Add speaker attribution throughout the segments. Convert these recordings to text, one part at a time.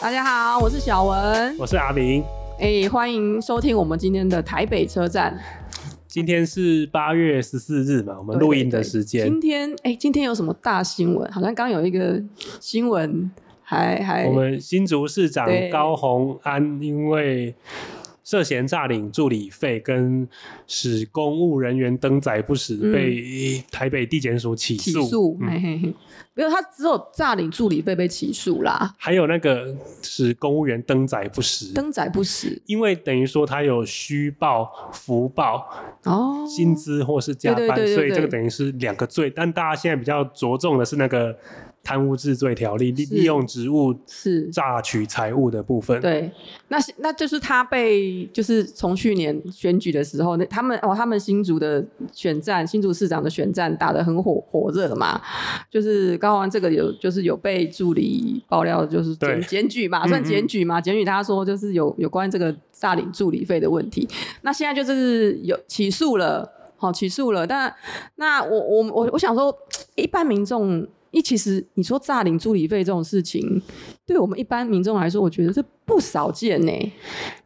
Speaker 1: 大家好，我是小文，
Speaker 2: 我是阿明。
Speaker 1: 哎、欢迎收听我们今天的台北车站
Speaker 2: 今天是八月十四日嘛，我们
Speaker 1: 对
Speaker 2: 录
Speaker 1: 对
Speaker 2: 音的
Speaker 1: 对
Speaker 2: 时间
Speaker 1: 今，天哎、今天有什么大新闻？好像刚有一个新闻，还还
Speaker 2: 我们新竹市长
Speaker 1: 对
Speaker 2: 高鸿安因为涉嫌诈领助理费跟使公务人员登载不实，
Speaker 1: 嗯
Speaker 2: 被台北地检署起
Speaker 1: 起
Speaker 2: 诉。
Speaker 1: 诉，
Speaker 2: 嗯
Speaker 1: 嘿嘿嘿，没有，他只有诈领助理费被起诉啦，
Speaker 2: 还有那个使公务员登载不实，
Speaker 1: 登载不实
Speaker 2: 因为等于说他有虚报、福报、
Speaker 1: 哦，
Speaker 2: 薪资或是加
Speaker 1: 对
Speaker 2: 班，
Speaker 1: 对对对
Speaker 2: 所以这个
Speaker 1: 对
Speaker 2: 等于是两个罪。但大家现在比较着重的是那个贪污治罪条例，利
Speaker 1: 是
Speaker 2: 利用职务
Speaker 1: 是
Speaker 2: 榨取财物的部分。
Speaker 1: 对，那是那就是他被，就是从去年选举的时候，那他们哦，他们新竹的选战，新竹市长的选战打得很火火热嘛，就是高宏这个有就是有被助理爆料，就是检
Speaker 2: 对
Speaker 1: 检举嘛，
Speaker 2: 嗯
Speaker 1: 算
Speaker 2: 嗯
Speaker 1: 检举嘛，检举他说就是有有关这个诈领助理费的问题，那现在就是有起诉了，好、起诉了，但那我我我我想说，一般民众。一其实你说诈领助理费这种事情，对我们一般民众来说，我觉得这不少见呢、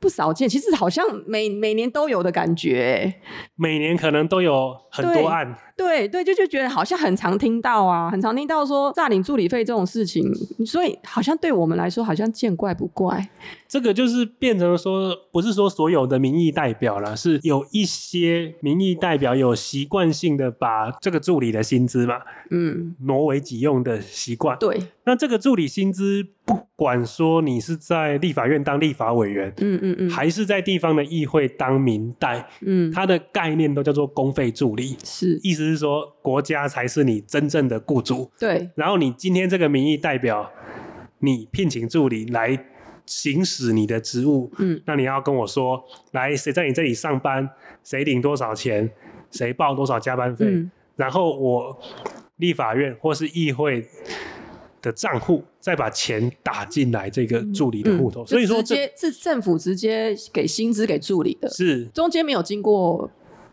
Speaker 1: 不少见。其实好像每每年都有的感觉、
Speaker 2: 每年可能都有很
Speaker 1: 对
Speaker 2: 多案，
Speaker 1: 对对，就就觉得好像很常听到啊，很常听到说诈领助理费这种事情，所以好像对我们来说好像见怪不怪。
Speaker 2: 这个就是变成说，不是说所有的民意代表啦，是有一些民意代表有习惯性的把这个助理的薪资嘛
Speaker 1: 嗯，
Speaker 2: 挪为己用的习惯。
Speaker 1: 对，
Speaker 2: 那这个助理薪资，不管说你是在立法院当立法委员，
Speaker 1: 嗯嗯嗯，
Speaker 2: 还是在地方的议会当民代，
Speaker 1: 嗯
Speaker 2: 它的概念都叫做公费助理，
Speaker 1: 是
Speaker 2: 意思是说国家才是你真正的雇主，
Speaker 1: 对
Speaker 2: 然后你今天这个民意代表，你聘请助理来行使你的职务，
Speaker 1: 嗯，
Speaker 2: 那你要跟我说，来谁在你这里上班，谁领多少钱，谁报多少加班费，
Speaker 1: 嗯
Speaker 2: 然后我立法院或是议会的账户，再把钱打进来这个助理的户头。
Speaker 1: 嗯
Speaker 2: 所以说
Speaker 1: 就直
Speaker 2: 这
Speaker 1: 接是政府直接给薪资给助理的，
Speaker 2: 是
Speaker 1: 中间没有经过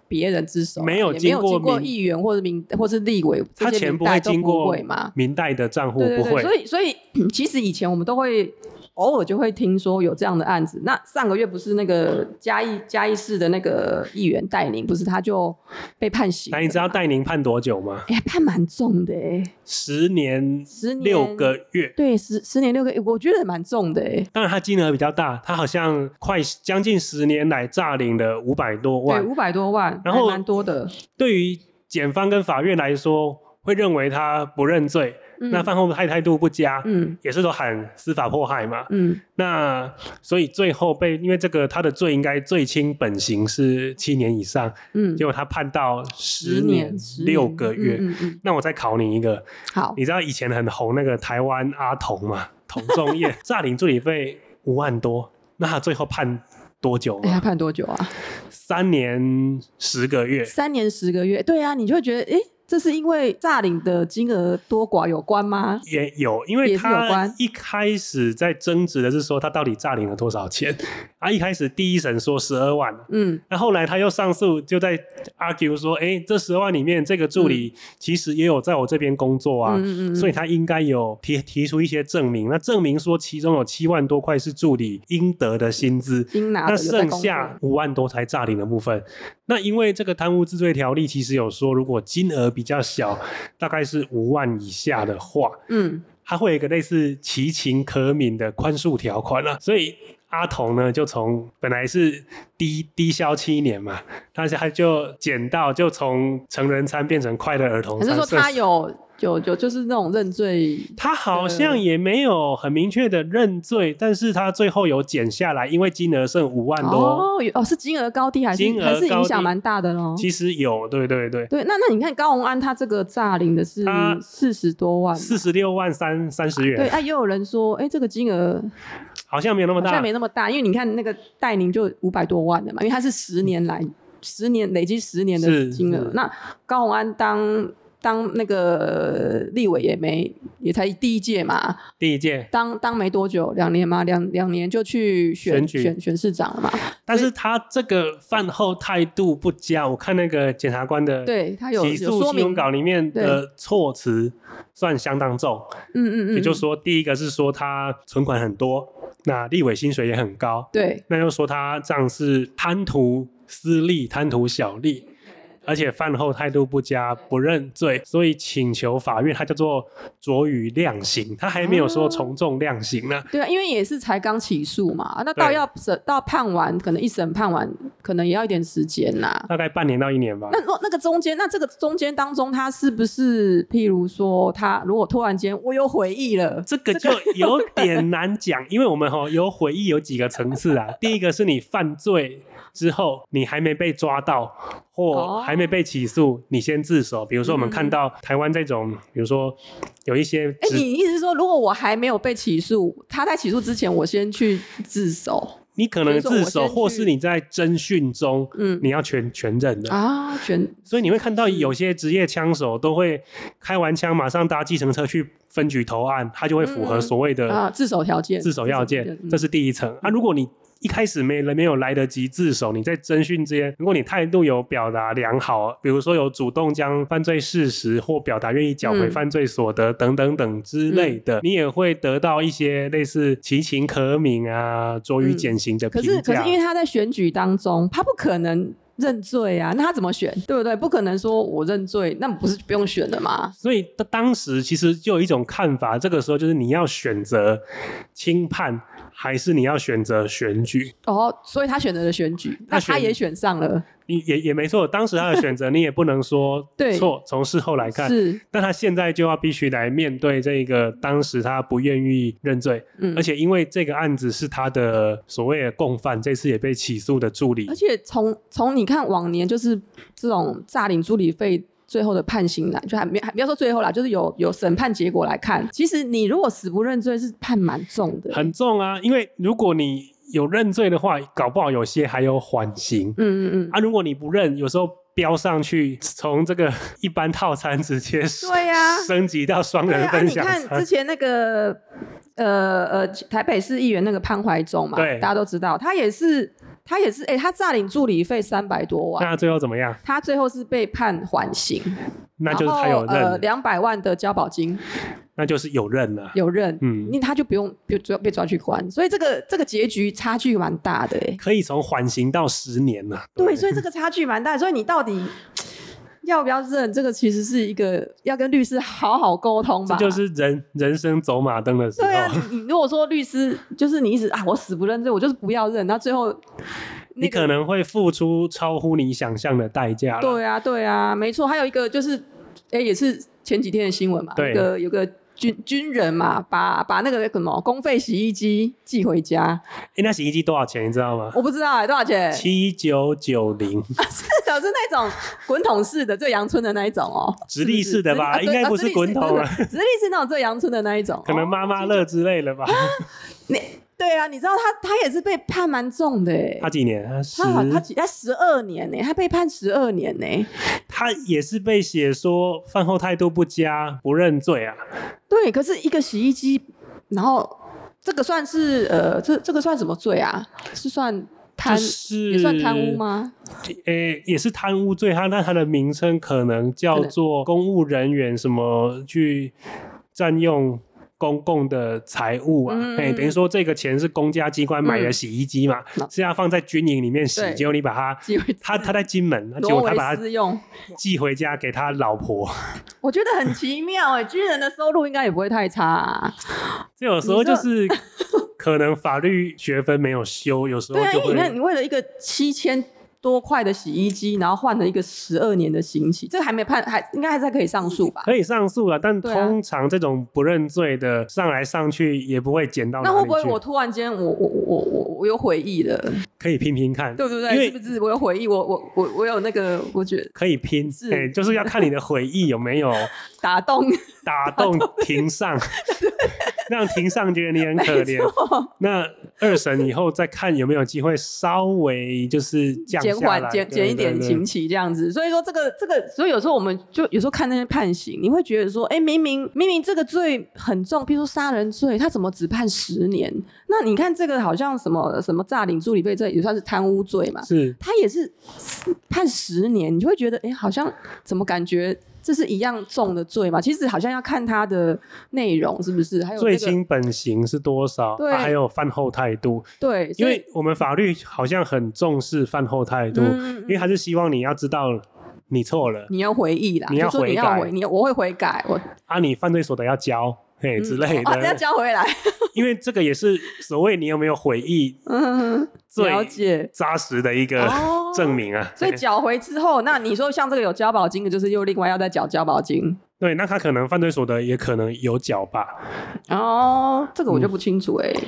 Speaker 1: 别人之手啊，
Speaker 2: 没有
Speaker 1: 也
Speaker 2: 经
Speaker 1: 没有经
Speaker 2: 过
Speaker 1: 过
Speaker 2: 民
Speaker 1: 议员或者民或是立委，这
Speaker 2: 他
Speaker 1: 些
Speaker 2: 钱
Speaker 1: 民
Speaker 2: 不
Speaker 1: 代
Speaker 2: 会
Speaker 1: 都
Speaker 2: 经
Speaker 1: 不
Speaker 2: 过
Speaker 1: 会嘛？
Speaker 2: 明代的账户
Speaker 1: 对对
Speaker 2: 不
Speaker 1: 对，所
Speaker 2: 会，
Speaker 1: 以所以 其实以前我们都会偶尔就会听说有这样的案子。那上个月不是那个嘉义嘉义市的那个议员戴宁，不是他就被判刑了
Speaker 2: 那
Speaker 1: 嘛？
Speaker 2: 你知道戴宁判多久吗？
Speaker 1: 哎、判蛮重的哎、
Speaker 2: 十年
Speaker 1: 十年
Speaker 2: 六个月。
Speaker 1: 对十十年六个月，我觉得蛮重的哎、
Speaker 2: 当然，他金额比较大，他好像快将近十年来诈领了五百多
Speaker 1: 对，
Speaker 2: 万。
Speaker 1: 五百多万，
Speaker 2: 然后
Speaker 1: 还蛮多的。
Speaker 2: 对于检方跟法院来说，会认为他不认罪，
Speaker 1: 嗯
Speaker 2: 那犯后态态度不佳，
Speaker 1: 嗯
Speaker 2: 也是都喊司法迫害嘛。
Speaker 1: 嗯
Speaker 2: 那所以最后被因为这个他的罪应该最轻本刑是七年以上，
Speaker 1: 嗯
Speaker 2: 结，果他判到十
Speaker 1: 年
Speaker 2: 年
Speaker 1: 十年
Speaker 2: 六个月。
Speaker 1: 嗯嗯嗯，
Speaker 2: 那我再考你一个，
Speaker 1: 好，
Speaker 2: 你知道以前很红那个台湾阿童嘛，童仲业 诈领助理费五万多，那他最后判多久
Speaker 1: 哎、他
Speaker 2: 吗？
Speaker 1: 判多久啊？
Speaker 2: 三年十个月。
Speaker 1: 三年十个月，对啊，你就会觉得，哎、这是因为诈领的金额多寡有关吗？
Speaker 2: 也有，因为
Speaker 1: 也是有
Speaker 2: 他
Speaker 1: 关
Speaker 2: 一开始在争执的是说他到底诈领了多少钱，啊，一开始第一审说十二万，
Speaker 1: 嗯，
Speaker 2: 那后来他又上诉，就在 argue 说，哎，这十万里面这个助
Speaker 1: 嗯
Speaker 2: 理其实也有在我这边工作啊，
Speaker 1: 嗯嗯嗯
Speaker 2: 所以他应该有提提出一些证明。那证明说其中有七万多块是助理应得的薪资。
Speaker 1: 应拿的
Speaker 2: 那
Speaker 1: 有在
Speaker 2: 剩
Speaker 1: 工
Speaker 2: 下
Speaker 1: 作
Speaker 2: 五万多才诈领的部分，那因为这个贪污治罪条例其实有说，如果金额比较小，大概是五万以下的话，
Speaker 1: 嗯，
Speaker 2: 它会有一个类似其情可悯的宽恕条款啊，所以阿童呢就从本来是低低消七年嘛，但是他就减到就从成人餐变成快乐儿童
Speaker 1: 可是
Speaker 2: 餐，
Speaker 1: 说
Speaker 2: 所以
Speaker 1: 他有有有就是那种认罪，
Speaker 2: 他好像也没有很明确的认罪，但是他最后有减下来，因为金额剩五万多，
Speaker 1: 哦有哦是金额高低还是
Speaker 2: 金额
Speaker 1: 还是影
Speaker 2: 高
Speaker 1: 响
Speaker 2: 低
Speaker 1: 蛮大的咯。
Speaker 2: 其实有，对对对，
Speaker 1: 对，那那你看高洪安他这个诈领的是
Speaker 2: 他
Speaker 1: 四十多万嘛，
Speaker 2: 四十六万三三十
Speaker 1: 对
Speaker 2: 元，
Speaker 1: 啊，也有人说，哎、这个金额
Speaker 2: 好像没有那么
Speaker 1: 好
Speaker 2: 大
Speaker 1: 像，没那么大，因为你看那个戴宁就五百多万的嘛，因为他是十年来十年累积十年的
Speaker 2: 是
Speaker 1: 金额
Speaker 2: 是。
Speaker 1: 那高宏安当当那个立委也没也才第一届嘛，
Speaker 2: 第一届，
Speaker 1: 当当没多久，两年嘛，两两年就去选
Speaker 2: 选举
Speaker 1: 选选市长了嘛。
Speaker 2: 但是他这个饭后态度不佳，我看那个检察官的
Speaker 1: 对他有
Speaker 2: 起
Speaker 1: 有
Speaker 2: 诉
Speaker 1: 说
Speaker 2: 新
Speaker 1: 明
Speaker 2: 闻，稿里面的措辞算相当重，
Speaker 1: 嗯嗯嗯，
Speaker 2: 也就是说，第一个是说他存款很多，那立委薪水也很高，
Speaker 1: 对，
Speaker 2: 那又说他这样是贪图私利、贪图小利，而且饭后态度不佳，不认罪，所以请求法院，他叫做酌予量刑，他还没有说从重量刑呢、
Speaker 1: 对啊，因为也是才刚起诉嘛，啊那到
Speaker 2: 对
Speaker 1: 要审到判完，可能一审判完，可能也要一点时间呐、
Speaker 2: 大概半年到一年吧
Speaker 1: 那。那那个中间，那这个中间当中，他是不是譬如说，他如果突然间我有回忆了，
Speaker 2: 这个就有点难讲，因为我们哈、有回忆有几个层次啊。第一个是你犯罪之后，你还没被抓到或
Speaker 1: 哦
Speaker 2: 还没被起诉，你先自首。比如说我们看到台湾这种，比如说有一些
Speaker 1: 哎、
Speaker 2: 职
Speaker 1: 你意思是说，如果我还没有被起诉，他在起诉之前，我先去自首
Speaker 2: 你可能自
Speaker 1: 就是说我
Speaker 2: 首，
Speaker 1: 先去
Speaker 2: 或是你在侦讯中，
Speaker 1: 嗯
Speaker 2: 你要全全认的。
Speaker 1: 啊？嗯全
Speaker 2: 所以你会看到有些职业枪手都会开完枪马上搭计程车去分局投案，他就会符合
Speaker 1: 嗯
Speaker 2: 所谓
Speaker 1: 啊，
Speaker 2: 的
Speaker 1: 自首条件，
Speaker 2: 呃自首要件，
Speaker 1: 嗯
Speaker 2: 这是第一层啊。如果你一开始没人没有来得及自首，你在侦讯之间，如果你态度有表达良好，比如说有主动将犯罪事实或表达愿意缴回
Speaker 1: 嗯
Speaker 2: 犯罪所得等等等之类的，你也会得到一些类似其情可悯啊、酌予
Speaker 1: 嗯
Speaker 2: 减刑的
Speaker 1: 可
Speaker 2: 评
Speaker 1: 是可
Speaker 2: 价。啊
Speaker 1: 是因为他在选举当中，他不可能认罪啊，那他怎么选？对不对？不可能说我认罪，那不是不用选了吗？
Speaker 2: 所以当当时其实就有一种看法，这个时候就是你要选择轻判，还是你要选择选举？
Speaker 1: 哦，所以他选择了选举，
Speaker 2: 他
Speaker 1: 那
Speaker 2: 选
Speaker 1: 他也选上了，
Speaker 2: 你也也没错，当时他的选择你也不能说
Speaker 1: 对
Speaker 2: 错，从事后来看。
Speaker 1: 是，
Speaker 2: 但他现在就要必须来面对这个当时他不愿意认罪，
Speaker 1: 嗯
Speaker 2: 而。且因为这个案子是他的所谓的共犯，这次也被起诉的助理
Speaker 1: 而，且从从你看往年就是这种诈领助理费最后的判刑来，就还没还不要说最后啦，就是有有审判结果来看，其实你如果死不认罪是判蛮重的，
Speaker 2: 很重啊。因为如果你有认罪的话，搞不好有些还有缓刑。
Speaker 1: 嗯嗯 嗯，
Speaker 2: 啊，如果你不认，有时候标上去，从这个一般套餐直接
Speaker 1: 对呀
Speaker 2: 升级到双
Speaker 1: 对
Speaker 2: 人
Speaker 1: 啊，
Speaker 2: 分
Speaker 1: 你
Speaker 2: 享
Speaker 1: 看
Speaker 2: 餐
Speaker 1: 之。前那个呃呃台北市议员那个潘怀忠嘛，
Speaker 2: 对
Speaker 1: 大家都知道，他也是他也是哎、他诈领助理费三百多万。
Speaker 2: 那最后怎么样？
Speaker 1: 他最后是被判缓刑，呃
Speaker 2: 那就是他有认，
Speaker 1: 两百、200万的交保金
Speaker 2: 那就是有认了。
Speaker 1: 有认，
Speaker 2: 嗯，
Speaker 1: 那他就不用被抓被抓去关，所以这个这个结局差距蛮大的哎、
Speaker 2: 可以从缓刑到十年呐、
Speaker 1: 对，所以这个差距蛮大，所以你到底要不要认？这个其实是一个要跟律师好好沟通
Speaker 2: 这
Speaker 1: 吧。
Speaker 2: 就是哦人人生走马灯的时候。
Speaker 1: 对啊，你你如果说律师就是你一直啊，我死不认罪，我就是不要认，那最后
Speaker 2: 你
Speaker 1: 那个
Speaker 2: 可能会付出超乎你想象的代价啦。
Speaker 1: 对啊，对啊，没错。还有一个就是，哎，也是前几天的新闻嘛，
Speaker 2: 对
Speaker 1: 有个有个。军军人嘛，把把那个什么公费洗衣机寄回家，
Speaker 2: 诶那洗衣机多少钱？你知道吗？
Speaker 1: 我不知道哎、多少钱？
Speaker 2: 七九九零，
Speaker 1: 老啊是那种滚筒式的，最阳春的那一种哦，
Speaker 2: 直立式的吧
Speaker 1: 是不是
Speaker 2: 应该不是滚筒啊
Speaker 1: 直立式直立式那种最阳春的那一种，
Speaker 2: 可能
Speaker 1: 哦
Speaker 2: 妈妈乐之类的 吧。
Speaker 1: 对啊，你知道他他也是被判蛮重的哎
Speaker 2: 他，几年？他十
Speaker 1: 他好他几他十二年欸呢，他被判十二年欸呢，
Speaker 2: 他也是被写说饭后态度不佳，不认罪啊。
Speaker 1: 对，可是一个洗衣机，然后这个算是呃，这这个算什么罪啊？是算贪、
Speaker 2: 就是
Speaker 1: 也算贪污？吗？
Speaker 2: 诶、也是贪污罪，他那他的名称可能叫做公务人员什么去占用。公共的财物啊，
Speaker 1: 嗯
Speaker 2: 诶等于说这个钱是公家机关买的洗衣机嘛，
Speaker 1: 嗯
Speaker 2: 是要放在军营里面洗，
Speaker 1: 对
Speaker 2: 结果你把它，
Speaker 1: 机会
Speaker 2: 他他在金门，结
Speaker 1: 挪
Speaker 2: 果他
Speaker 1: 为
Speaker 2: 把它
Speaker 1: 私用，
Speaker 2: 寄回家给他老婆，
Speaker 1: 我觉得很奇妙哎、军人的收入应该也不会太差、啊，
Speaker 2: 这有时候就是可能法律学分没有修，有时候
Speaker 1: 对啊，
Speaker 2: 就
Speaker 1: 因为
Speaker 2: 会
Speaker 1: 你看你为了一个七千。多块的洗衣机，然后换了一个十二年的刑期，这个还没判，还应该还是可以上诉吧？
Speaker 2: 可以上诉了，但
Speaker 1: 对啊
Speaker 2: 通常这种不认罪的上来上去也不会减到哪
Speaker 1: 那
Speaker 2: 里
Speaker 1: 会不会
Speaker 2: 去
Speaker 1: 我突然间我我我我我有回忆了，
Speaker 2: 可以拼拼看，
Speaker 1: 对不
Speaker 2: 因
Speaker 1: 对？
Speaker 2: 为
Speaker 1: 是不是我有回忆？我我我我有那个，我觉得
Speaker 2: 可以拼，
Speaker 1: 是
Speaker 2: 哎、就是要看你的回忆 有没有
Speaker 1: 打动，
Speaker 2: 打动 庭上，让庭上觉得你很可
Speaker 1: 没
Speaker 2: 怜。
Speaker 1: 错。
Speaker 2: 那二审以后再看有没有机会稍微就是降
Speaker 1: 减
Speaker 2: 下
Speaker 1: 缓
Speaker 2: 来，
Speaker 1: 减
Speaker 2: 对
Speaker 1: 减一
Speaker 2: 对
Speaker 1: 点
Speaker 2: 对
Speaker 1: 刑期这样子。所以说这个这个，所以有时候我们就有时候看那些判刑，你会觉得说，哎，明明明明这个罪很重，譬如说杀人罪，他怎么只判十年？那你看这个好像什么什么诈领助理费，这也算是贪污罪嘛，
Speaker 2: 是
Speaker 1: 他也是判十年，你就会觉得，哎，好像怎么感觉这是一样重的罪嘛？其实好像要看它的内容是不是，还有、那
Speaker 2: 最
Speaker 1: 哎个、
Speaker 2: 轻本刑是多少？
Speaker 1: 对
Speaker 2: 啊还有饭后态度，
Speaker 1: 对，
Speaker 2: 因
Speaker 1: 所以
Speaker 2: 为我们法律好像很重视饭后态度，
Speaker 1: 嗯嗯
Speaker 2: 因为他是希望你要知道你错了
Speaker 1: 你要回忆啦，
Speaker 2: 你要
Speaker 1: 就说
Speaker 2: 悔
Speaker 1: 你
Speaker 2: 改
Speaker 1: 要回，你我会悔改，我
Speaker 2: 啊，你犯罪所得要交。嘿，之类的，
Speaker 1: 啊，要交回来，
Speaker 2: 因为这个也是所谓你有没有悔意
Speaker 1: 嗯，
Speaker 2: 最
Speaker 1: 了解。
Speaker 2: 扎实的一个
Speaker 1: 哦
Speaker 2: 证明啊。
Speaker 1: 所以
Speaker 2: 嘿
Speaker 1: 缴回之后，那你说像这个有交保金的，就是又另外要再缴交保金
Speaker 2: 对，那他可能犯罪所得也可能有缴吧？
Speaker 1: 哦，这个我就不清楚 哎、
Speaker 2: 嗯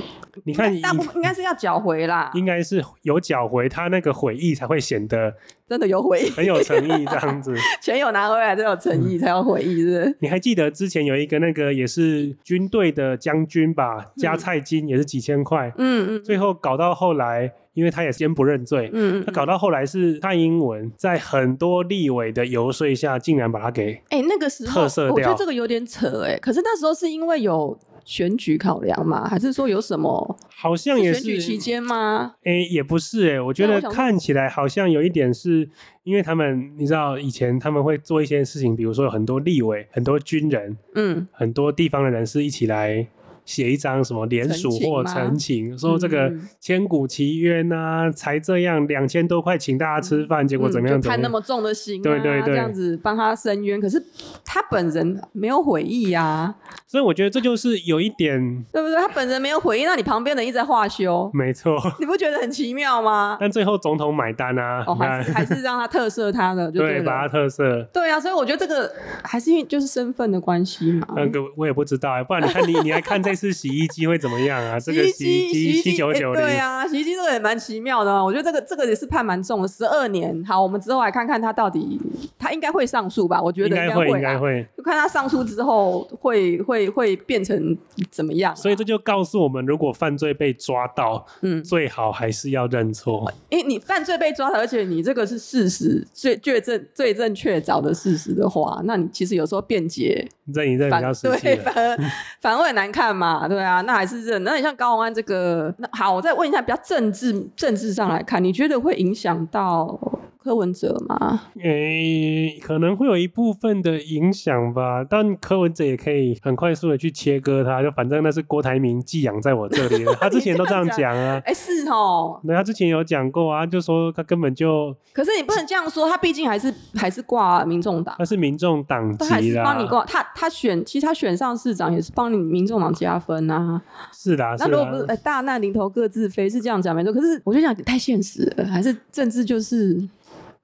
Speaker 2: 你看，
Speaker 1: 大部分应该是要缴回啦，
Speaker 2: 应该是有缴回，他那个悔意才会显得
Speaker 1: 真的有 回忆，
Speaker 2: 很有诚意这 样子。
Speaker 1: 钱有拿回来，真的有诚意
Speaker 2: 嗯
Speaker 1: 才有回忆，是不是？
Speaker 2: 你还记得之前有一个那个也是军队的将军吧，加菜金也是几千块，
Speaker 1: 嗯嗯
Speaker 2: 最后搞到后来，因为他也先不认罪，
Speaker 1: 嗯
Speaker 2: 他
Speaker 1: 嗯，
Speaker 2: 搞到后来是蔡英文在很多立委的游说下，竟然把他给
Speaker 1: 哎、那个时候
Speaker 2: 特色掉
Speaker 1: 我觉得这个有点扯哎、可是那时候是因为有选举考量吗？还是说有什么
Speaker 2: 好像也
Speaker 1: 选举期
Speaker 2: 是。
Speaker 1: 间吗？
Speaker 2: 诶，也不是诶，我觉
Speaker 1: 对
Speaker 2: 得
Speaker 1: 我想说
Speaker 2: 看起来好像有一点是，因为他们你知道以前他们会做一些事情，比如说有很多立委、很多军人，
Speaker 1: 嗯，
Speaker 2: 很多地方的人士一起来写一张什么联署
Speaker 1: 陈情
Speaker 2: 或
Speaker 1: 吗
Speaker 2: 陈情，说这个
Speaker 1: 嗯
Speaker 2: 千古奇冤啊，才这样两千多块请大家吃饭，结果怎么
Speaker 1: 嗯
Speaker 2: 样
Speaker 1: 就
Speaker 2: 怎么
Speaker 1: 判那
Speaker 2: 样。
Speaker 1: 么重的刑、啊，
Speaker 2: 对对对
Speaker 1: 这样子帮他伸冤，可是他本人没有悔意啊，
Speaker 2: 所以我觉得这就是有一点
Speaker 1: 对不对？他本人没有悔意，那你旁边的人一直在化修，
Speaker 2: 没错，
Speaker 1: 你不觉得很奇妙吗？
Speaker 2: 但最后总统买单啊，
Speaker 1: 哦， 还是
Speaker 2: 那
Speaker 1: 还是让他特赦他的，就
Speaker 2: 对，
Speaker 1: 了
Speaker 2: 把它特色。
Speaker 1: 对啊，所以我觉得这个还是因为就是身份的关系嘛。
Speaker 2: 那个我也不知道哎，不然你看你你来看这次洗衣机会怎么样啊？这个洗
Speaker 1: 衣机，洗
Speaker 2: 机七
Speaker 1: 衣机，
Speaker 2: 九
Speaker 1: 哎
Speaker 2: 九零
Speaker 1: 对，啊，洗衣机这个也蛮奇妙的、啊，我觉得这个这个也是判蛮重的，十二年。好，我们之后来看看他到底，他应该会上诉吧？我觉得
Speaker 2: 应该会
Speaker 1: 啊
Speaker 2: 应该会。
Speaker 1: 就看他上诉之后会会会变成怎么样啊、
Speaker 2: 所以这就告诉我们，如果犯罪被抓到，
Speaker 1: 嗯，
Speaker 2: 最好还是要认错。
Speaker 1: 因为你犯罪被抓了，而且你这个是事实，最最正最正确凿的事实的话，那你其实有时候辩解
Speaker 2: 认一认比
Speaker 1: 反
Speaker 2: 较实际
Speaker 1: 对
Speaker 2: 了。
Speaker 1: 反而反而会很难看嘛，对啊，那还是认。那你像高宏安这个，那好，我再问一下，比较政治政治上来看，你觉得会影响到柯文哲吗？
Speaker 2: 诶、可能会有一部分的影响吧，但柯文哲也可以很快速的去切割它，就反正那是郭台铭寄养在我这里了，他之前都这样讲啊。
Speaker 1: 哎，是哦，
Speaker 2: 那他之前有讲过啊，就说他根本就
Speaker 1: 可是你不能这样说，他毕竟还是还是挂民众党。
Speaker 2: 他是民众党
Speaker 1: 他还
Speaker 2: 籍
Speaker 1: 是
Speaker 2: 啦，
Speaker 1: 帮你挂他，他选其实他选上市长也是帮你民众党加分啊。
Speaker 2: 是啦，
Speaker 1: 那
Speaker 2: 是啊
Speaker 1: 如果不是、
Speaker 2: 啦，
Speaker 1: 呃、大难临头各自飞是这样讲没错，可是我就想太现实了，还是政治就是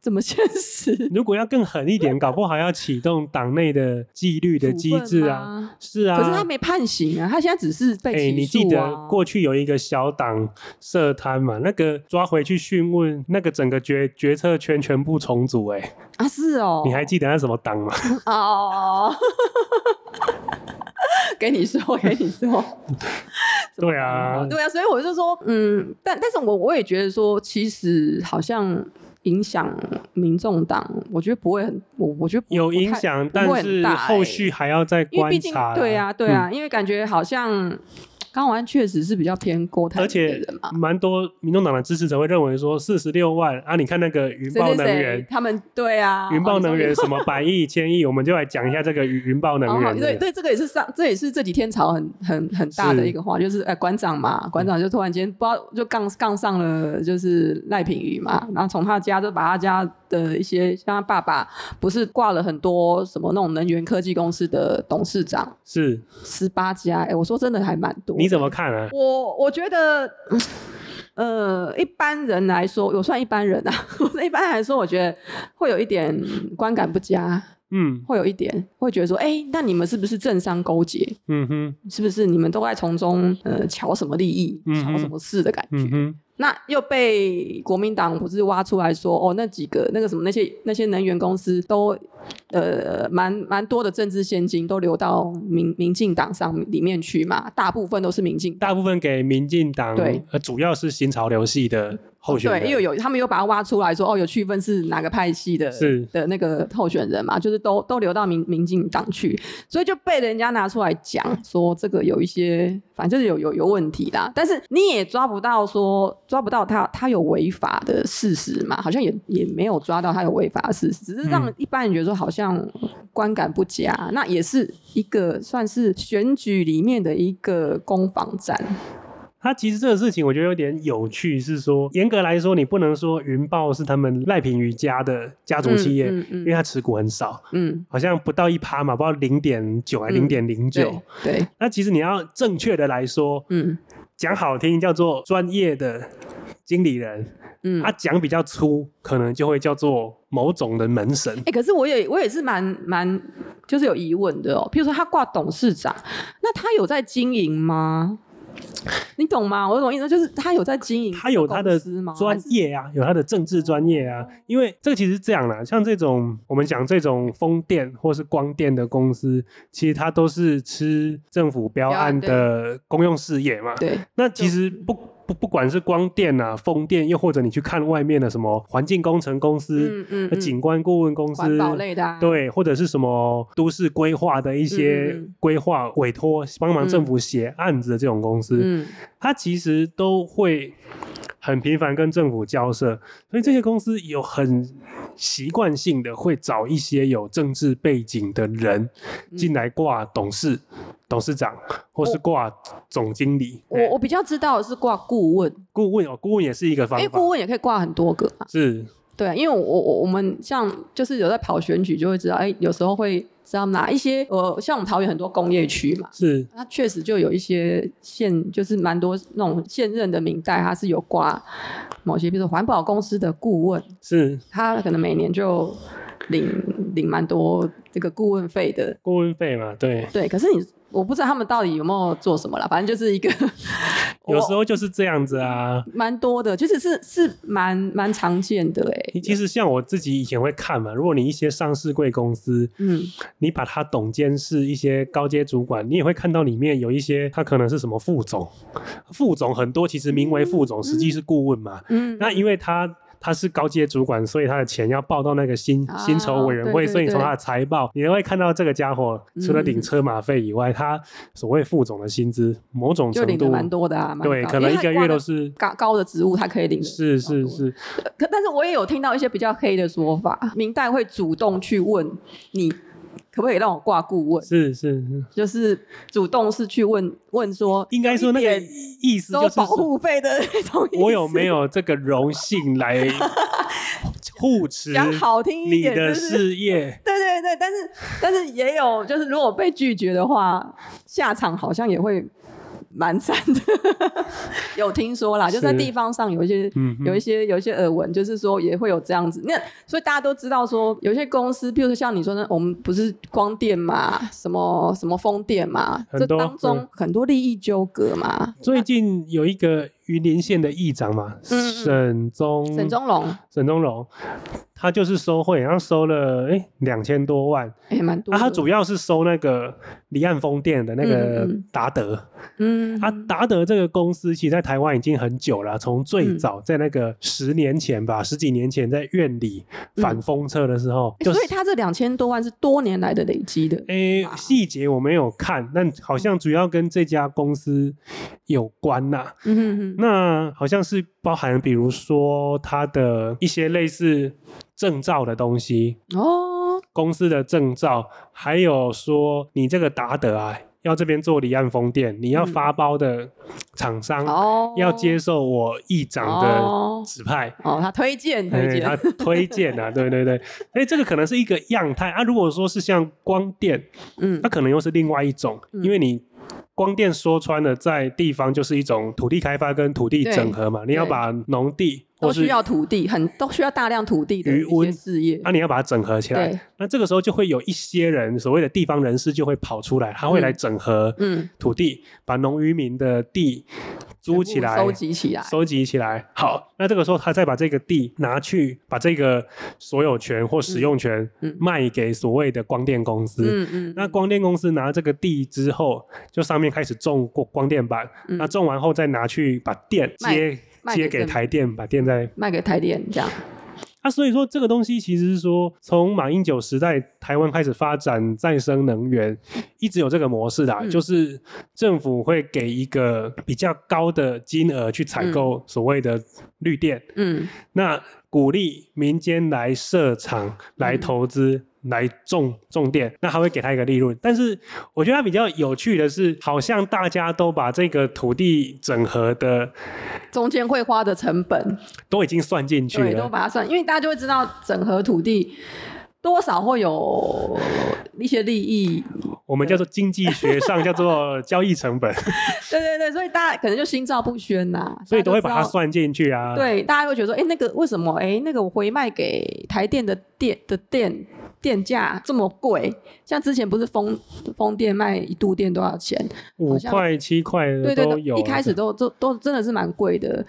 Speaker 1: 这么现实。
Speaker 2: 如果要更狠一点，搞不好要启动党内的纪律的机制
Speaker 1: 啊处
Speaker 2: 啊，
Speaker 1: 分吗。
Speaker 2: 是啊。
Speaker 1: 可是他没判刑啊，他现在只是被
Speaker 2: 哎、
Speaker 1: 起诉、啊
Speaker 2: 你记得过去有一个小党社摊嘛？那个抓回去讯问，那个整个决决策圈全部重组、哎，
Speaker 1: 啊？是哦，
Speaker 2: 你还记得那什么党吗？
Speaker 1: 哦哦， 哦给你说，给你说，
Speaker 2: 对啊，
Speaker 1: 对啊，所以我就说，嗯，但但是我我也觉得说，其实好像影响民众党，我觉得不会很，我我觉得不
Speaker 2: 有
Speaker 1: 不太
Speaker 2: 影响，
Speaker 1: 不
Speaker 2: 但
Speaker 1: 会很
Speaker 2: 是
Speaker 1: 大
Speaker 2: 后
Speaker 1: 欸
Speaker 2: 续还要再
Speaker 1: 因为
Speaker 2: 观
Speaker 1: 毕竟
Speaker 2: 察。嗯
Speaker 1: 对，啊，对啊，因为感觉好像刚完确实是比较偏郭台
Speaker 2: 而
Speaker 1: 铭的
Speaker 2: 且
Speaker 1: 人嘛，
Speaker 2: 蛮多民众党的支持者会认为说，四十六万啊，你看那个云
Speaker 1: 谁
Speaker 2: 豹
Speaker 1: 谁
Speaker 2: 能
Speaker 1: 谁
Speaker 2: 源，
Speaker 1: 他们对啊，
Speaker 2: 云豹
Speaker 1: 哦你说
Speaker 2: 能
Speaker 1: 云
Speaker 2: 源什么 百亿、千亿，我们就来讲一下这个云云豹能
Speaker 1: 哦，好
Speaker 2: 源。
Speaker 1: 对，对，这个也是上，这也是这几天吵很很很大的
Speaker 2: 是
Speaker 1: 一个话，就是呃，馆长嘛，馆长就突然间不知道就杠杠上了，就是赖品妤嘛，然后从他家就把他家的一些，像他爸爸不是挂了很多什么那种能源科技公司的董事长
Speaker 2: 是
Speaker 1: 十八家，哎，我说真的还蛮多。
Speaker 2: 你怎么？看啊？
Speaker 1: 我我觉得。嗯呃，一般人来说，我算一般人啊。 我一般人来说，我觉得会有一点观感不佳，
Speaker 2: 嗯
Speaker 1: 会有一点会觉得说，哎、那你们是不是政商勾结？
Speaker 2: 嗯哼
Speaker 1: 是不是你们都在从中呃瞧什么利益
Speaker 2: 嗯、哼
Speaker 1: 瞧什么事的感觉？
Speaker 2: 嗯哼，
Speaker 1: 那又被国民党不是挖出来说，哦，那几个那个什么那些那些能源公司都呃蛮蛮多的政治现金都流到民民进党上里面去嘛，大部分都是民进党。
Speaker 2: 大部分给民进党
Speaker 1: 对，哦
Speaker 2: 呃，主要是新潮流系的候选人。
Speaker 1: 对，又有他们又把它挖出来说，哦，有区分是哪个派系的
Speaker 2: 是
Speaker 1: 的那个候选人嘛，就是都都流到民民进党去，所以就被人家拿出来讲
Speaker 2: 嗯
Speaker 1: 说这个有一些，反正就是有有有问题啦。但是你也抓不到说抓不到他他有违法的事实嘛，好像也也没有抓到他有违法的事实，只是让
Speaker 2: 嗯
Speaker 1: 一般人觉得说好像观感不佳，那也是一个算是选举里面的一个攻防战。
Speaker 2: 他其实这个事情我觉得有点有趣，是说严格来说，你不能说云豹是他们赖品瑜家的家族企业，
Speaker 1: 嗯
Speaker 2: 因为
Speaker 1: 嗯
Speaker 2: 他持股很少，
Speaker 1: 嗯，
Speaker 2: 好像不到一趴嘛，不知道零点九还
Speaker 1: 嗯
Speaker 2: 零点零
Speaker 1: 对
Speaker 2: 九。
Speaker 1: 对，
Speaker 2: 那其实你要正确的来说，
Speaker 1: 嗯
Speaker 2: 讲好听叫做专业的经理人，
Speaker 1: 嗯。
Speaker 2: 他讲比较粗，可能就会叫做某种的门神。
Speaker 1: 哎、可是我也我也是蛮蛮就是有疑问的哦。譬如说他挂董事长，那他有在经营吗？你懂吗？我懂意思，就是他有在经营这
Speaker 2: 他
Speaker 1: 个
Speaker 2: 有
Speaker 1: 公司吗，
Speaker 2: 他的
Speaker 1: 哦
Speaker 2: 专业啊，有他的政治专业啊。因为这个其实这样啦，像这种我们讲这种风电或是光电的公司，其实它都是吃政府标案
Speaker 1: 标
Speaker 2: 的公用事业嘛。
Speaker 1: 对，
Speaker 2: 那其实不不不管是光电啊、风电，又或者你去看外面的什么环境工程公司、
Speaker 1: 嗯嗯
Speaker 2: 呃
Speaker 1: 嗯，
Speaker 2: 景观顾问公司、
Speaker 1: 环保类的、啊，
Speaker 2: 对，或者是什么都市规划的一些
Speaker 1: 嗯嗯
Speaker 2: 规划委托，帮忙政府写案子的这种公司，
Speaker 1: 嗯，
Speaker 2: 它其实都会很频繁跟政府交涉，所以这些公司有很习惯性的会找一些有政治背景的人
Speaker 1: 嗯
Speaker 2: 进来挂董事、董事长，或
Speaker 1: 哦
Speaker 2: 是挂总经理。
Speaker 1: 我我比较知道的是挂顾问，
Speaker 2: 顾问哦，顾问也是一个
Speaker 1: 因
Speaker 2: 方
Speaker 1: 为
Speaker 2: 法
Speaker 1: 顾，问也可以挂很多个嘛。
Speaker 2: 是
Speaker 1: 对，啊因为我我我们像就是有在跑选举，就会知道，哎、有时候会知道哪一些，呃，像我们桃园很多工业区嘛，
Speaker 2: 是
Speaker 1: 那确实就有一些现，就是蛮多那种现任的明代，他是有挂某些，比如说环保公司的顾问，
Speaker 2: 是
Speaker 1: 他可能每年就领领蛮多这个顾问费的。
Speaker 2: 顾问费嘛，对。
Speaker 1: 对，可是你我不知道他们到底有没有做什么啦，反正就是一个
Speaker 2: 有时
Speaker 1: 我
Speaker 2: 候就是这样子啊，
Speaker 1: 蛮多的，其实是是蛮蛮常见的哎、
Speaker 2: 其实像我自己以前会看嘛，如果你一些上市贵公司，
Speaker 1: 嗯，
Speaker 2: 你把它董监事一些高阶主管，你也会看到里面有一些他可能是什么副总，副总很多其实名为副总，实际是顾问嘛。
Speaker 1: 嗯，
Speaker 2: 那因为他。他是高阶主管，所以他的钱要报到那个薪
Speaker 1: 啊
Speaker 2: 薪酬委员
Speaker 1: 对
Speaker 2: 会，
Speaker 1: 对
Speaker 2: 所以你从
Speaker 1: 对嗯
Speaker 2: 他的财报，你会看到这个家伙除了领车马费以外，他所谓副总的薪资某种
Speaker 1: 就
Speaker 2: 程
Speaker 1: 领的
Speaker 2: 度
Speaker 1: 蛮多的啊，蛮
Speaker 2: 对，
Speaker 1: 高
Speaker 2: 可能一个月都
Speaker 1: 因为
Speaker 2: 是
Speaker 1: 他挂的高高的职务，他可以领的
Speaker 2: 是
Speaker 1: 蛮
Speaker 2: 是
Speaker 1: 多的
Speaker 2: 是，
Speaker 1: 可但是我也有听到一些比较黑的说法，明代会主动去问你可不可以让我挂顾问，
Speaker 2: 是是是，
Speaker 1: 就是主动是去问问说
Speaker 2: 应该说那
Speaker 1: 有
Speaker 2: 个
Speaker 1: 一点
Speaker 2: 意思
Speaker 1: 收
Speaker 2: 就是
Speaker 1: 保
Speaker 2: 说
Speaker 1: 护费的那种意思。
Speaker 2: 我有没有这个荣幸 来护持
Speaker 1: 讲好听一
Speaker 2: 你
Speaker 1: 点？就
Speaker 2: 的
Speaker 1: 是
Speaker 2: 事业？
Speaker 1: 对对对，但是但是也有，就是如果被拒绝的话，下场好像也会蛮惨的。 有听说啦，就在
Speaker 2: 是
Speaker 1: 地方上有一些
Speaker 2: 嗯哼
Speaker 1: 有一些有一些耳闻，就是说也会有这样子。那所以大家都知道说，有些公司，譬如说像你说的，我们不是光电嘛，什么什么风电嘛，
Speaker 2: 很
Speaker 1: 这
Speaker 2: 多
Speaker 1: 当中
Speaker 2: 嗯
Speaker 1: 很多利益纠葛嘛。
Speaker 2: 最近有一个云林县的议长嘛，
Speaker 1: 嗯嗯
Speaker 2: 沈宗
Speaker 1: 沈宗龙
Speaker 2: 沈宗荣，他就是收贿，然后收了哎两千多万，
Speaker 1: 也蛮多
Speaker 2: 那、
Speaker 1: 的，
Speaker 2: 啊他主要是收那个离岸风电的那
Speaker 1: 嗯
Speaker 2: 个
Speaker 1: 嗯嗯
Speaker 2: 达德。
Speaker 1: 嗯
Speaker 2: 啊，达德这个公司其实在台湾已经很久了，从
Speaker 1: 嗯
Speaker 2: 最早在那个十年前吧，十几年前在院里反风车的时候，
Speaker 1: 嗯诶
Speaker 2: 就是
Speaker 1: 所以他这两千多万是多年来的累积的。
Speaker 2: 诶、细节我没有看，但好像主要跟这家公司有关呐、
Speaker 1: 嗯哼哼。
Speaker 2: 那好像是包含，比如说它的一些类似证照的东西，
Speaker 1: 哦，
Speaker 2: 公司的证照，还有说你这个达德啊，要这边做离岸风电，你要
Speaker 1: 嗯
Speaker 2: 发包的厂商、
Speaker 1: 哦，
Speaker 2: 要接受我议长
Speaker 1: 哦
Speaker 2: 的指派。
Speaker 1: 哦，他推荐推
Speaker 2: 哎
Speaker 1: 荐，
Speaker 2: 他推荐啊，对对对，所以这个可能是一个样态啊。如果说是像光电，
Speaker 1: 嗯
Speaker 2: 那可能又是另外一种，
Speaker 1: 嗯
Speaker 2: 因为你光电说穿了，在地方就是一种土地开发跟土地整合嘛，你要把农地或
Speaker 1: 都
Speaker 2: 是
Speaker 1: 需要土地，很都需要大量土地的
Speaker 2: 余
Speaker 1: 一
Speaker 2: 温
Speaker 1: 些事业
Speaker 2: 啊，，你要把它整合起来
Speaker 1: 对。
Speaker 2: 那这个时候就会有一些人，所谓的地方人士就会跑出来，他会来整合
Speaker 1: 嗯，
Speaker 2: 土地，把农渔民的地租起来，
Speaker 1: 全部收集起来，
Speaker 2: 收集起来。好，那这个时候他再把这个地拿去，把这个所有权或使用权
Speaker 1: 嗯嗯
Speaker 2: 卖给所谓的光电公司。
Speaker 1: 嗯嗯，
Speaker 2: 那光电公司拿这个地之后，就上面开始种过光电板，
Speaker 1: 嗯
Speaker 2: 那种完后再拿去把电
Speaker 1: 卖
Speaker 2: 接
Speaker 1: 卖给
Speaker 2: 接给
Speaker 1: 政府
Speaker 2: 台电，把电再
Speaker 1: 卖给台电这样，
Speaker 2: 啊，所以说这个东西其实是说，从马英九时代台湾开始发展再生能源，一直有这个模式的啊、
Speaker 1: 嗯
Speaker 2: 就是政府会给一个比较高的金额去采购所谓的绿电，
Speaker 1: 嗯嗯
Speaker 2: 那鼓励民间来设厂来投资。来种种电，那他会给他一个利润。但是我觉得它比较有趣的是，好像大家都把这个土地整合的
Speaker 1: 中间会花的成本，
Speaker 2: 都已经算进去
Speaker 1: 对，都
Speaker 2: 了，
Speaker 1: 把它算，因为大家就会知道整合土地多少会有一些利益。
Speaker 2: 我们叫做经济学上叫做交易 成本，
Speaker 1: 对对对，所以大家可能就心照不宣呐、
Speaker 2: 所以都会把
Speaker 1: 大家
Speaker 2: 它
Speaker 1: 就知道
Speaker 2: 算进去啊。
Speaker 1: 对，大家会觉得说，哎、那个为什么？哎、那个我回卖给台电的电的电电价这么贵？像之前不是风风电卖一度电多少钱？
Speaker 2: 五
Speaker 1: 好像
Speaker 2: 块七块的
Speaker 1: 对对
Speaker 2: 都
Speaker 1: 对，
Speaker 2: 有，啊
Speaker 1: 一开始都都都真的是蛮贵的。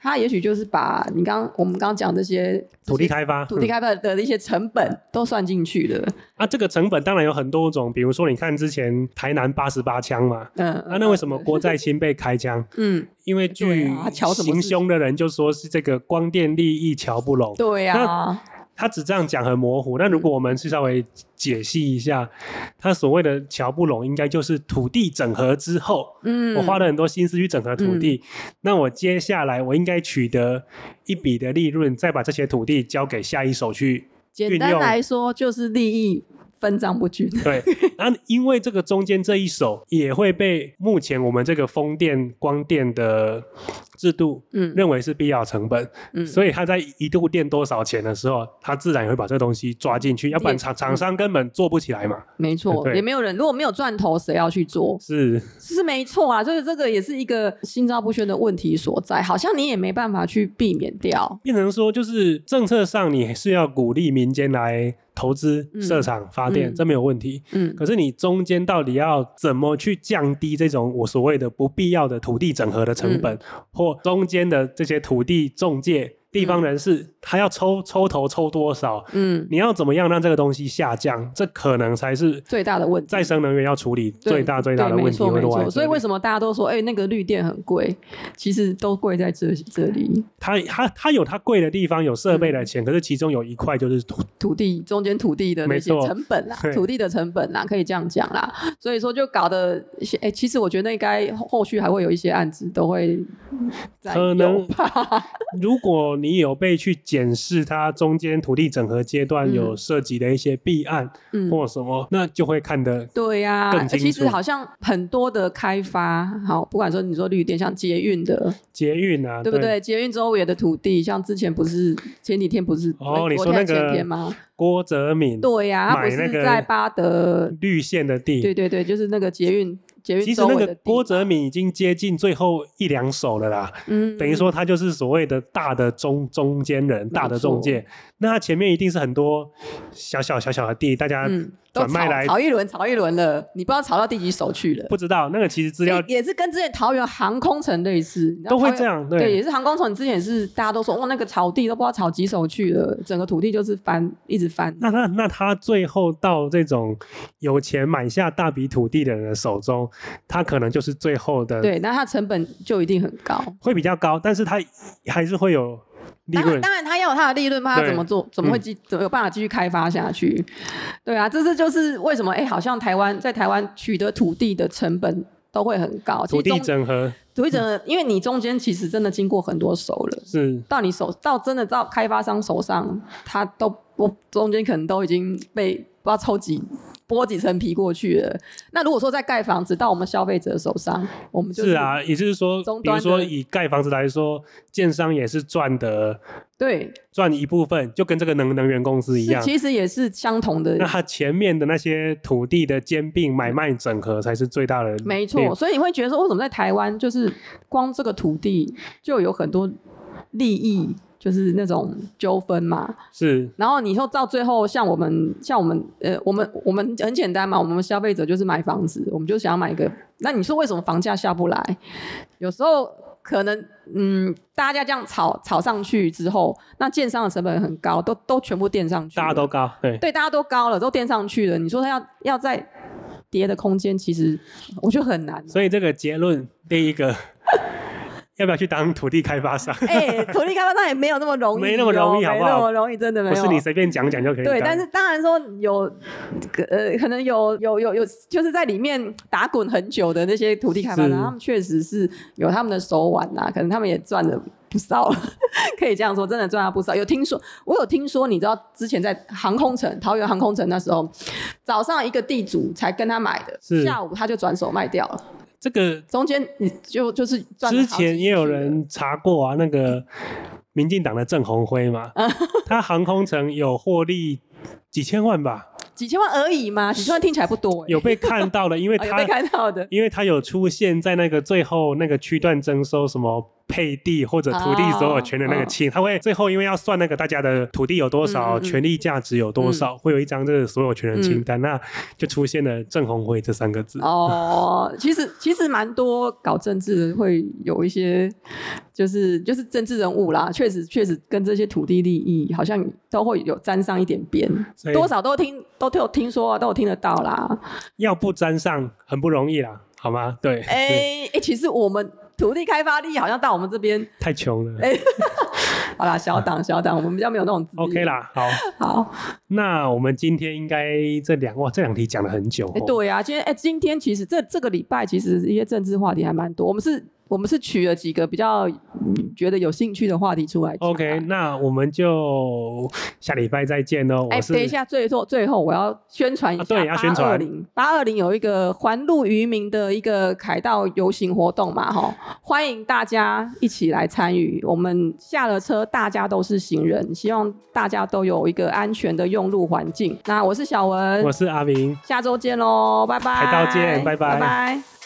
Speaker 1: 他也许就是把你刚我们刚讲这些
Speaker 2: 土地。开发，
Speaker 1: 土地
Speaker 2: 嗯
Speaker 1: 开发的一些成本都算进去了，
Speaker 2: 啊，这个成本当然有很多种，比如说你看之前台南八十八枪嘛，
Speaker 1: 嗯，
Speaker 2: 啊，那为什么郭在清被开枪？
Speaker 1: 嗯，
Speaker 2: 因为
Speaker 1: 对
Speaker 2: 据
Speaker 1: 啊他瞧什么
Speaker 2: 行
Speaker 1: 事
Speaker 2: 凶的人就说是这个光电利益瞧不拢，
Speaker 1: 对啊呀、
Speaker 2: 他只这样讲很模糊。但如果我们去稍微解析一下，他所谓的瞧不拢，应该就是土地整合之后，
Speaker 1: 嗯，
Speaker 2: 我花了很多心思去整合土地，那我接下来我应该取得一笔的利润，再把这些土地交给下一手去
Speaker 1: 简
Speaker 2: 运
Speaker 1: 单
Speaker 2: 用
Speaker 1: 来说就是利益分赃不均，
Speaker 2: 对，那因为这个中间这一手也会被目前我们这个风电、光电的制度
Speaker 1: 嗯
Speaker 2: 认为是必要成本，
Speaker 1: 嗯，
Speaker 2: 所以他在一度电多少钱的时候，他自然也会把这东西抓进去，要不然
Speaker 1: 嗯
Speaker 2: 厂厂商根本做不起来嘛。
Speaker 1: 没错，
Speaker 2: 对
Speaker 1: 也没有人如果没有赚头，谁要去做？
Speaker 2: 是，
Speaker 1: 是没错啊，所以这个也是一个心照不宣的问题所在，好像你也没办法去避免掉。
Speaker 2: 变成说就是政策上你是要鼓励民间来投资
Speaker 1: 嗯
Speaker 2: 设厂发电，
Speaker 1: 嗯
Speaker 2: 这没有问题。
Speaker 1: 嗯，
Speaker 2: 可是你中间到底要怎么去降低这种我所谓的不必要的土地整合的成本，
Speaker 1: 嗯
Speaker 2: 或中间的这些土地中介、地方人士，他要抽抽头抽多少？
Speaker 1: 嗯，
Speaker 2: 你要怎么样让这个东西下降？这可能才是
Speaker 1: 最大的问题
Speaker 2: 再生能源要处理
Speaker 1: 对
Speaker 2: 最大最大的
Speaker 1: 对
Speaker 2: 问
Speaker 1: 没
Speaker 2: 题
Speaker 1: 错
Speaker 2: 会
Speaker 1: 没
Speaker 2: 落在这
Speaker 1: 错，
Speaker 2: 里。
Speaker 1: 所以为什么大家都说，哎、那个绿电很贵，其实都贵在这这里，
Speaker 2: 它它它有它贵的地方，有设备的钱，可是其中有一块就是土
Speaker 1: 土地中间土地的那些
Speaker 2: 没错
Speaker 1: 成本啦
Speaker 2: 对，
Speaker 1: 土地的成本啊啦，可以这样讲啦。所以说就搞得，哎、其实我觉得应该后后续还会有一些案子都会在
Speaker 2: 可能
Speaker 1: 有吧，
Speaker 2: 如果你有被去检视它中间土地整合阶段
Speaker 1: 嗯
Speaker 2: 有涉及的一些弊案
Speaker 1: 嗯，
Speaker 2: 或什么，那就会看得
Speaker 1: 对呀、
Speaker 2: 更清楚
Speaker 1: 其实好像很多的开发，好，不管说你说绿电，像捷运的，
Speaker 2: 捷运啊，
Speaker 1: 对不？对？捷运周围的土地，像之前不是前几天不是
Speaker 2: 哦
Speaker 1: 哎
Speaker 2: 你说
Speaker 1: 昨天还
Speaker 2: 那个
Speaker 1: 前天吗？
Speaker 2: 郭哲敏
Speaker 1: 对呀、它
Speaker 2: 买
Speaker 1: 不
Speaker 2: 那
Speaker 1: 是
Speaker 2: 个
Speaker 1: 在巴德，
Speaker 2: 绿线的地，
Speaker 1: 对对对，就是那个捷运捷
Speaker 2: 其
Speaker 1: 运
Speaker 2: 实
Speaker 1: 周
Speaker 2: 那
Speaker 1: 围
Speaker 2: 个
Speaker 1: 的
Speaker 2: 郭
Speaker 1: 地嘛
Speaker 2: 哲，敏已经接近最后一两手了啦，
Speaker 1: 嗯，
Speaker 2: 等于说他就是所谓的大的中中间人、大的中介。那他前面一定是很多小小小小的地，大家
Speaker 1: 嗯，都
Speaker 2: 转卖
Speaker 1: 炒
Speaker 2: 来
Speaker 1: 炒一轮，炒一轮了，你不知道炒到第几手去了。
Speaker 2: 不知道那个其实资料
Speaker 1: 也也是跟之前桃园航空城类似，你知道
Speaker 2: 都会
Speaker 1: 桃园
Speaker 2: 这样，
Speaker 1: 对，
Speaker 2: 对
Speaker 1: 也是航空城之前也是大家都说，哇，那个草地都不知道草几手去了，整个土地就是翻，一直翻。
Speaker 2: 那他那他最后到这种有钱买下大笔土地的人的手中，他可能就是最后的
Speaker 1: 对，那它成本就一定很高。
Speaker 2: 会比较高，但是他还是会有利
Speaker 1: 当然，
Speaker 2: 润。
Speaker 1: 当然，他要有他的利润，不然他
Speaker 2: 对嗯
Speaker 1: 怎么做？怎么会继怎么有办法继续开发下去？对啊，这是就是为什么哎，好像台湾在台湾取得土地的成本都会很高。其
Speaker 2: 土
Speaker 1: 实
Speaker 2: 地
Speaker 1: 中
Speaker 2: 整合
Speaker 1: 土地整，因为你中间其实真的经过很多手了，
Speaker 2: 是
Speaker 1: 到你手到真的到开发商手上，他都我中间可能都已经被不知道抽几剥几层皮过去了。那如果说再盖房子到我们消费者手上，我们就是
Speaker 2: 啊，也就是说，
Speaker 1: 终
Speaker 2: 比如
Speaker 1: 端
Speaker 2: 说
Speaker 1: 的
Speaker 2: 以盖房子来说，建商也是赚的，
Speaker 1: 对，
Speaker 2: 赚一部分，就跟这个能能源公司一
Speaker 1: 是
Speaker 2: 样。
Speaker 1: 其实也是相同 的
Speaker 2: 那它前面的那些土地的兼并买卖整合才是最大的利，
Speaker 1: 没错，所以你会觉得说，为什么在台湾就是光这个土地就有很多利益，就是那种纠纷嘛。
Speaker 2: 是
Speaker 1: 然后你说到最后，像我们，像我们，呃，我们我们很简单嘛，我们消费者就是买房子，我们就想要买一个。那你说为什么房价下不来？有时候可能，嗯，大家这样炒炒上去之后，那建商的成本很高，都都全部垫上去了，
Speaker 2: 大家都高，对，
Speaker 1: 对，大家都高了，都垫上去了。你说他要要再跌的空间，其实我觉得很难。
Speaker 2: 所以这个结论，第一个 要不要去当土地开发商？
Speaker 1: 哎，土地开发商也没有那么容易哦，
Speaker 2: 没那么容易好不好
Speaker 1: 没那么容易，真的没
Speaker 2: 不
Speaker 1: 有。
Speaker 2: 是你随便讲讲就可以当。
Speaker 1: 对，但是当然说有，呃，可能有有有有，就是在里面打滚很久的那些土地开发
Speaker 2: 是
Speaker 1: 商，他们确实是有他们的手腕呐、可能他们也赚了不少 了，可以这样说，真的赚了不少。有听说，我有听说，你知道之前在航空城，桃园航空城那时候，早上一个地主才跟他买
Speaker 2: 是
Speaker 1: 的，下午他就转手卖掉了，
Speaker 2: 这个
Speaker 1: 中间你就就是赚了
Speaker 2: 之
Speaker 1: 好几
Speaker 2: 前也有
Speaker 1: 亿了
Speaker 2: 人查过啊，那个民进党的郑鸿辉 嘛，
Speaker 1: 嗯
Speaker 2: 他航空城有获利几千万吧，
Speaker 1: 几千万而已嘛，几千万听起来不多、欸，
Speaker 2: 有被看到 了，因为
Speaker 1: 啊有
Speaker 2: 他
Speaker 1: 被看到的。
Speaker 2: 因为他有出现在那个最后那个区段征收什么配地或者土地所有权的那个清，他会最后因为要算那个大家的土地有多少，
Speaker 1: 嗯嗯嗯
Speaker 2: 权利价值有多少，会有一张这个所有权人清单，那就出现了郑鸿辉这三个字。
Speaker 1: 哦，其实其实蛮多搞政治的会有一些，就是就是政治人物啦，确实确实跟这些土地利益好像都会有沾上一点边，
Speaker 2: 所以
Speaker 1: 多少都听都有听说啊，都有听得到啦。
Speaker 2: 要不沾上很不容易啦，好吗？对，
Speaker 1: 哎、哎、其实我们土地开发利益好像到我们这边，
Speaker 2: 太穷 了。
Speaker 1: 哎、好啦，小党小党，我们比较没有那种资源
Speaker 2: OK。啦，好，
Speaker 1: 好，
Speaker 2: 那我们今天应该这两哇，这两题讲了很久、哦
Speaker 1: 哎、对啊，今天哎、今天其实这这个礼拜其实一些政治话题还蛮多，我们是。我们是取了几个比较嗯觉得有兴趣的话题出来讲啊。
Speaker 2: OK，那我们就下礼拜再见喽。
Speaker 1: 哎，
Speaker 2: 我是、
Speaker 1: 等一下，最后最后我要宣传一下，
Speaker 2: 啊对要宣传
Speaker 1: 零八二零有一个环路渔民的一个凯道游行活动嘛，哈，欢迎大家一起来参与。我们下了车，大家都是行人，希望大家都有一个安全的用路环境。那我是小文
Speaker 2: 我，是阿明。
Speaker 1: 下周见喽，拜拜，
Speaker 2: 凯道见拜拜
Speaker 1: 拜拜。